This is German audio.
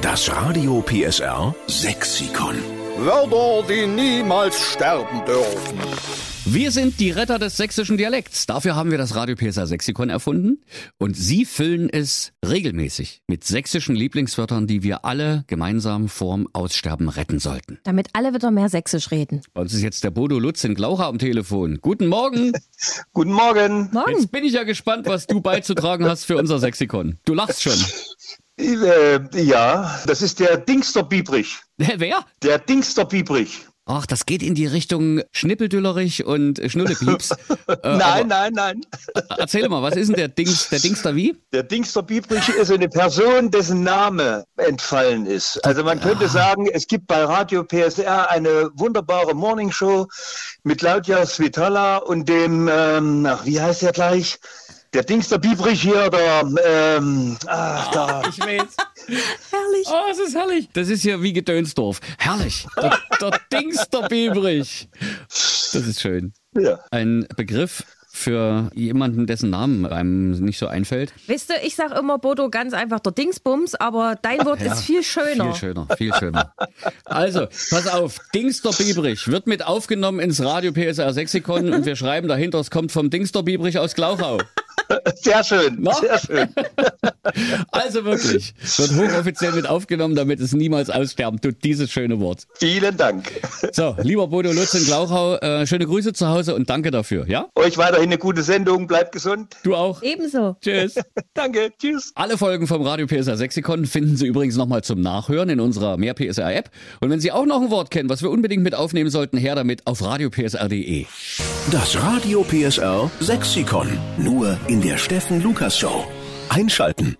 Das Radio PSR Sexikon. Wörter, die niemals sterben dürfen. Wir sind die Retter des sächsischen Dialekts. Dafür haben wir das Radio PSA Sexikon erfunden. Und Sie füllen es regelmäßig mit sächsischen Lieblingswörtern, die wir alle gemeinsam vorm Aussterben retten sollten. Damit alle wieder mehr Sächsisch reden. Bei uns ist jetzt der Bodo Lutz in Glaucha am Telefon. Guten Morgen. Guten Morgen. Morgen. Jetzt bin ich ja gespannt, was du beizutragen hast für unser Sexikon. Du lachst schon. Äh, ja, das ist der Dingster Biebrich. Hä, Äh, Wer? Der Dingster Biebrich. Ach, das geht in die Richtung Schnippeldüllerich und Schnullepieps. Äh, nein, nein, nein. aber Erzähl mal, was ist denn der Dings, der Dings da wie? Der Dingster Biebrich ist eine Person, dessen Name entfallen ist. Also man Ah. könnte sagen, es gibt bei Radio PSR eine wunderbare Morningshow mit Claudia Svitala und dem, ähm, ach, wie heißt der gleich? Der Dingster Biebrich hier, der, ähm, ach, da. Ich weiß. herrlich. Oh, es ist herrlich. Das ist ja wie Gedönsdorf. Herrlich. Der, der Dings der Bibrich. Das ist schön. Ja. Ein Begriff für jemanden, dessen Namen einem nicht so einfällt. Weißt du, ich sag immer Bodo ganz einfach der Dingsbums, aber dein Wort ist viel schöner. Viel schöner, viel schöner. Also, pass auf, Dingster Biebrich wird mit aufgenommen ins Radio PSR Sexikon und wir schreiben dahinter, es kommt vom Dingster Biebrich aus Glauchau. Sehr schön, Na? sehr schön. Also wirklich, wird hochoffiziell mit aufgenommen, damit es niemals aussterben tut, dieses schöne Wort. Vielen Dank. So, lieber Bodo Lutz in Glauchau, äh, schöne Grüße zu Hause und danke dafür, ja? Euch weiterhin eine gute Sendung, bleibt gesund. Du auch. Ebenso. Tschüss. Danke, tschüss. Alle Folgen vom Radio PSR Sexikon finden Sie übrigens nochmal zum Nachhören in unserer Mehr PSR App. Und wenn Sie auch noch ein Wort kennen, was wir unbedingt mit aufnehmen sollten, her damit auf radiopsr.de. Das Radio PSR Sexikon. Nur in der Steffen Lukas Show. Einschalten.